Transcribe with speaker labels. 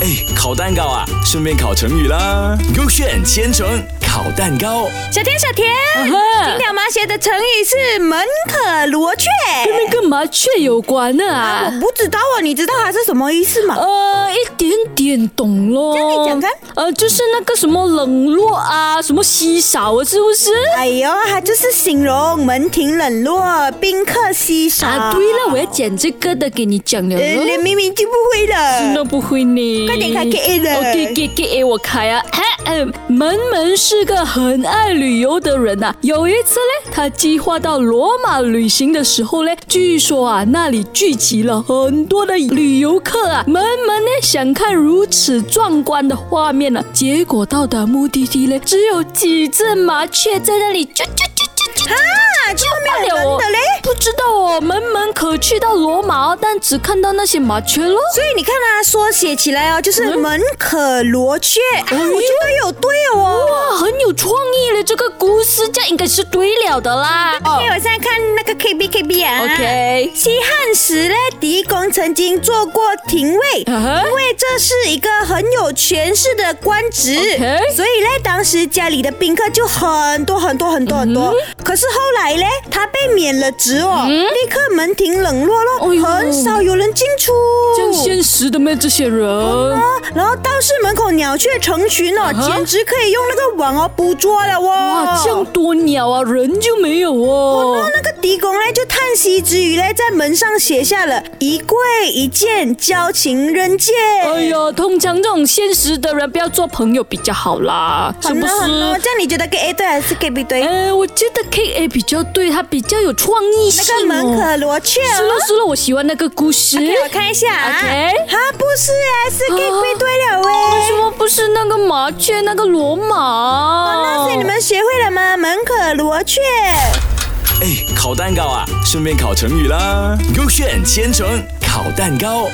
Speaker 1: 哎，烤蛋糕啊，顺便烤成语啦。勾选千层烤蛋糕，
Speaker 2: 小田，小田，
Speaker 3: 呵
Speaker 2: 今天我们要学的成语是门可罗雀。
Speaker 3: 那跟麻雀有关呢
Speaker 2: 我
Speaker 3: 啊？
Speaker 2: 不知道啊，你知道它是什么意思吗？
Speaker 3: 呃，一点点懂咯。
Speaker 2: 那你讲啊看
Speaker 3: 呃，就是那个什么冷落啊，什么稀少啊，是不是？
Speaker 2: 哎呦，它就是形容门庭冷落，宾客稀少。
Speaker 3: 啊，对了，我要讲这个的，给你讲了咯。
Speaker 2: 呃，你明明就不会
Speaker 3: 真的
Speaker 2: 了。
Speaker 3: 不会呢，
Speaker 2: 快点开 KA 了
Speaker 3: 哦，K K K A 我开啊。嗯，门门是个很爱旅游的人呐、啊。有一次呢，他计划到罗马旅行的时候呢，据说啊，那里聚集了很多的旅游客啊。门门呢想看如此壮观的画面呢、啊，结果到达目的地呢，只有几只麻雀在那里啾啾啾啾啾。
Speaker 2: 啊，这后面有人的嘞。
Speaker 3: 不知道哦，门门可去到罗马哦，但只看到那些麻雀喽。
Speaker 2: 所以你看啊，缩写起来哦，就是门可罗雀。啊，
Speaker 3: 哎呦
Speaker 2: 我觉得有对哦。
Speaker 3: 哇，很有创意嘞！这个故事这样应该是对了的啦。
Speaker 2: OK，我现哎在看那个 KB KB 啊。
Speaker 3: 哦 OK，
Speaker 2: 西汉时呢，狄公曾经做过廷尉，
Speaker 3: 啊哈
Speaker 2: 因为哎这是一个很有权势的官职
Speaker 3: OK
Speaker 2: 所以呢，当时家里的宾客就很多很多很多
Speaker 3: 嗯
Speaker 2: 很多。可是后来呢，他被免了职哦，立刻门庭冷落咯，
Speaker 3: 嗯哎呦
Speaker 2: 很少有人进出。
Speaker 3: 这样现实的咩？这些人，
Speaker 2: 啊然后道士门口鸟雀成群哦
Speaker 3: 啊哈
Speaker 2: 简直可以用那个网哦捕捉了哦。
Speaker 3: 哇，这样多鸟啊，人就没有哦。
Speaker 2: 那个狄公呢，就叹息之余呢，在门上写下了“一跪一见，交情人见”。
Speaker 3: 哎呦，通常这种现实的人不要做朋友比较好啦，是
Speaker 2: 很
Speaker 3: 不
Speaker 2: 多很多，
Speaker 3: 是？
Speaker 2: 哦这样你觉得给 A 对还是给 B 对？
Speaker 3: 哎，我觉得 K A 比较对，他比较有创意
Speaker 2: 那
Speaker 3: 性
Speaker 2: 个门
Speaker 3: 哦。
Speaker 2: 可罗雀哦，
Speaker 3: 是了是了，我喜欢那个故事。
Speaker 2: 给我看一下啊。
Speaker 3: OK
Speaker 2: 啊，不是哎，是给
Speaker 3: 啊
Speaker 2: B 对了
Speaker 3: 为什
Speaker 2: 喂。
Speaker 3: 么不是那个麻雀，那个罗马？
Speaker 2: 那所以你们学会了吗？门可罗雀。
Speaker 1: 哎，烤蛋糕啊，顺便烤成语啦。勾选千层烤蛋糕。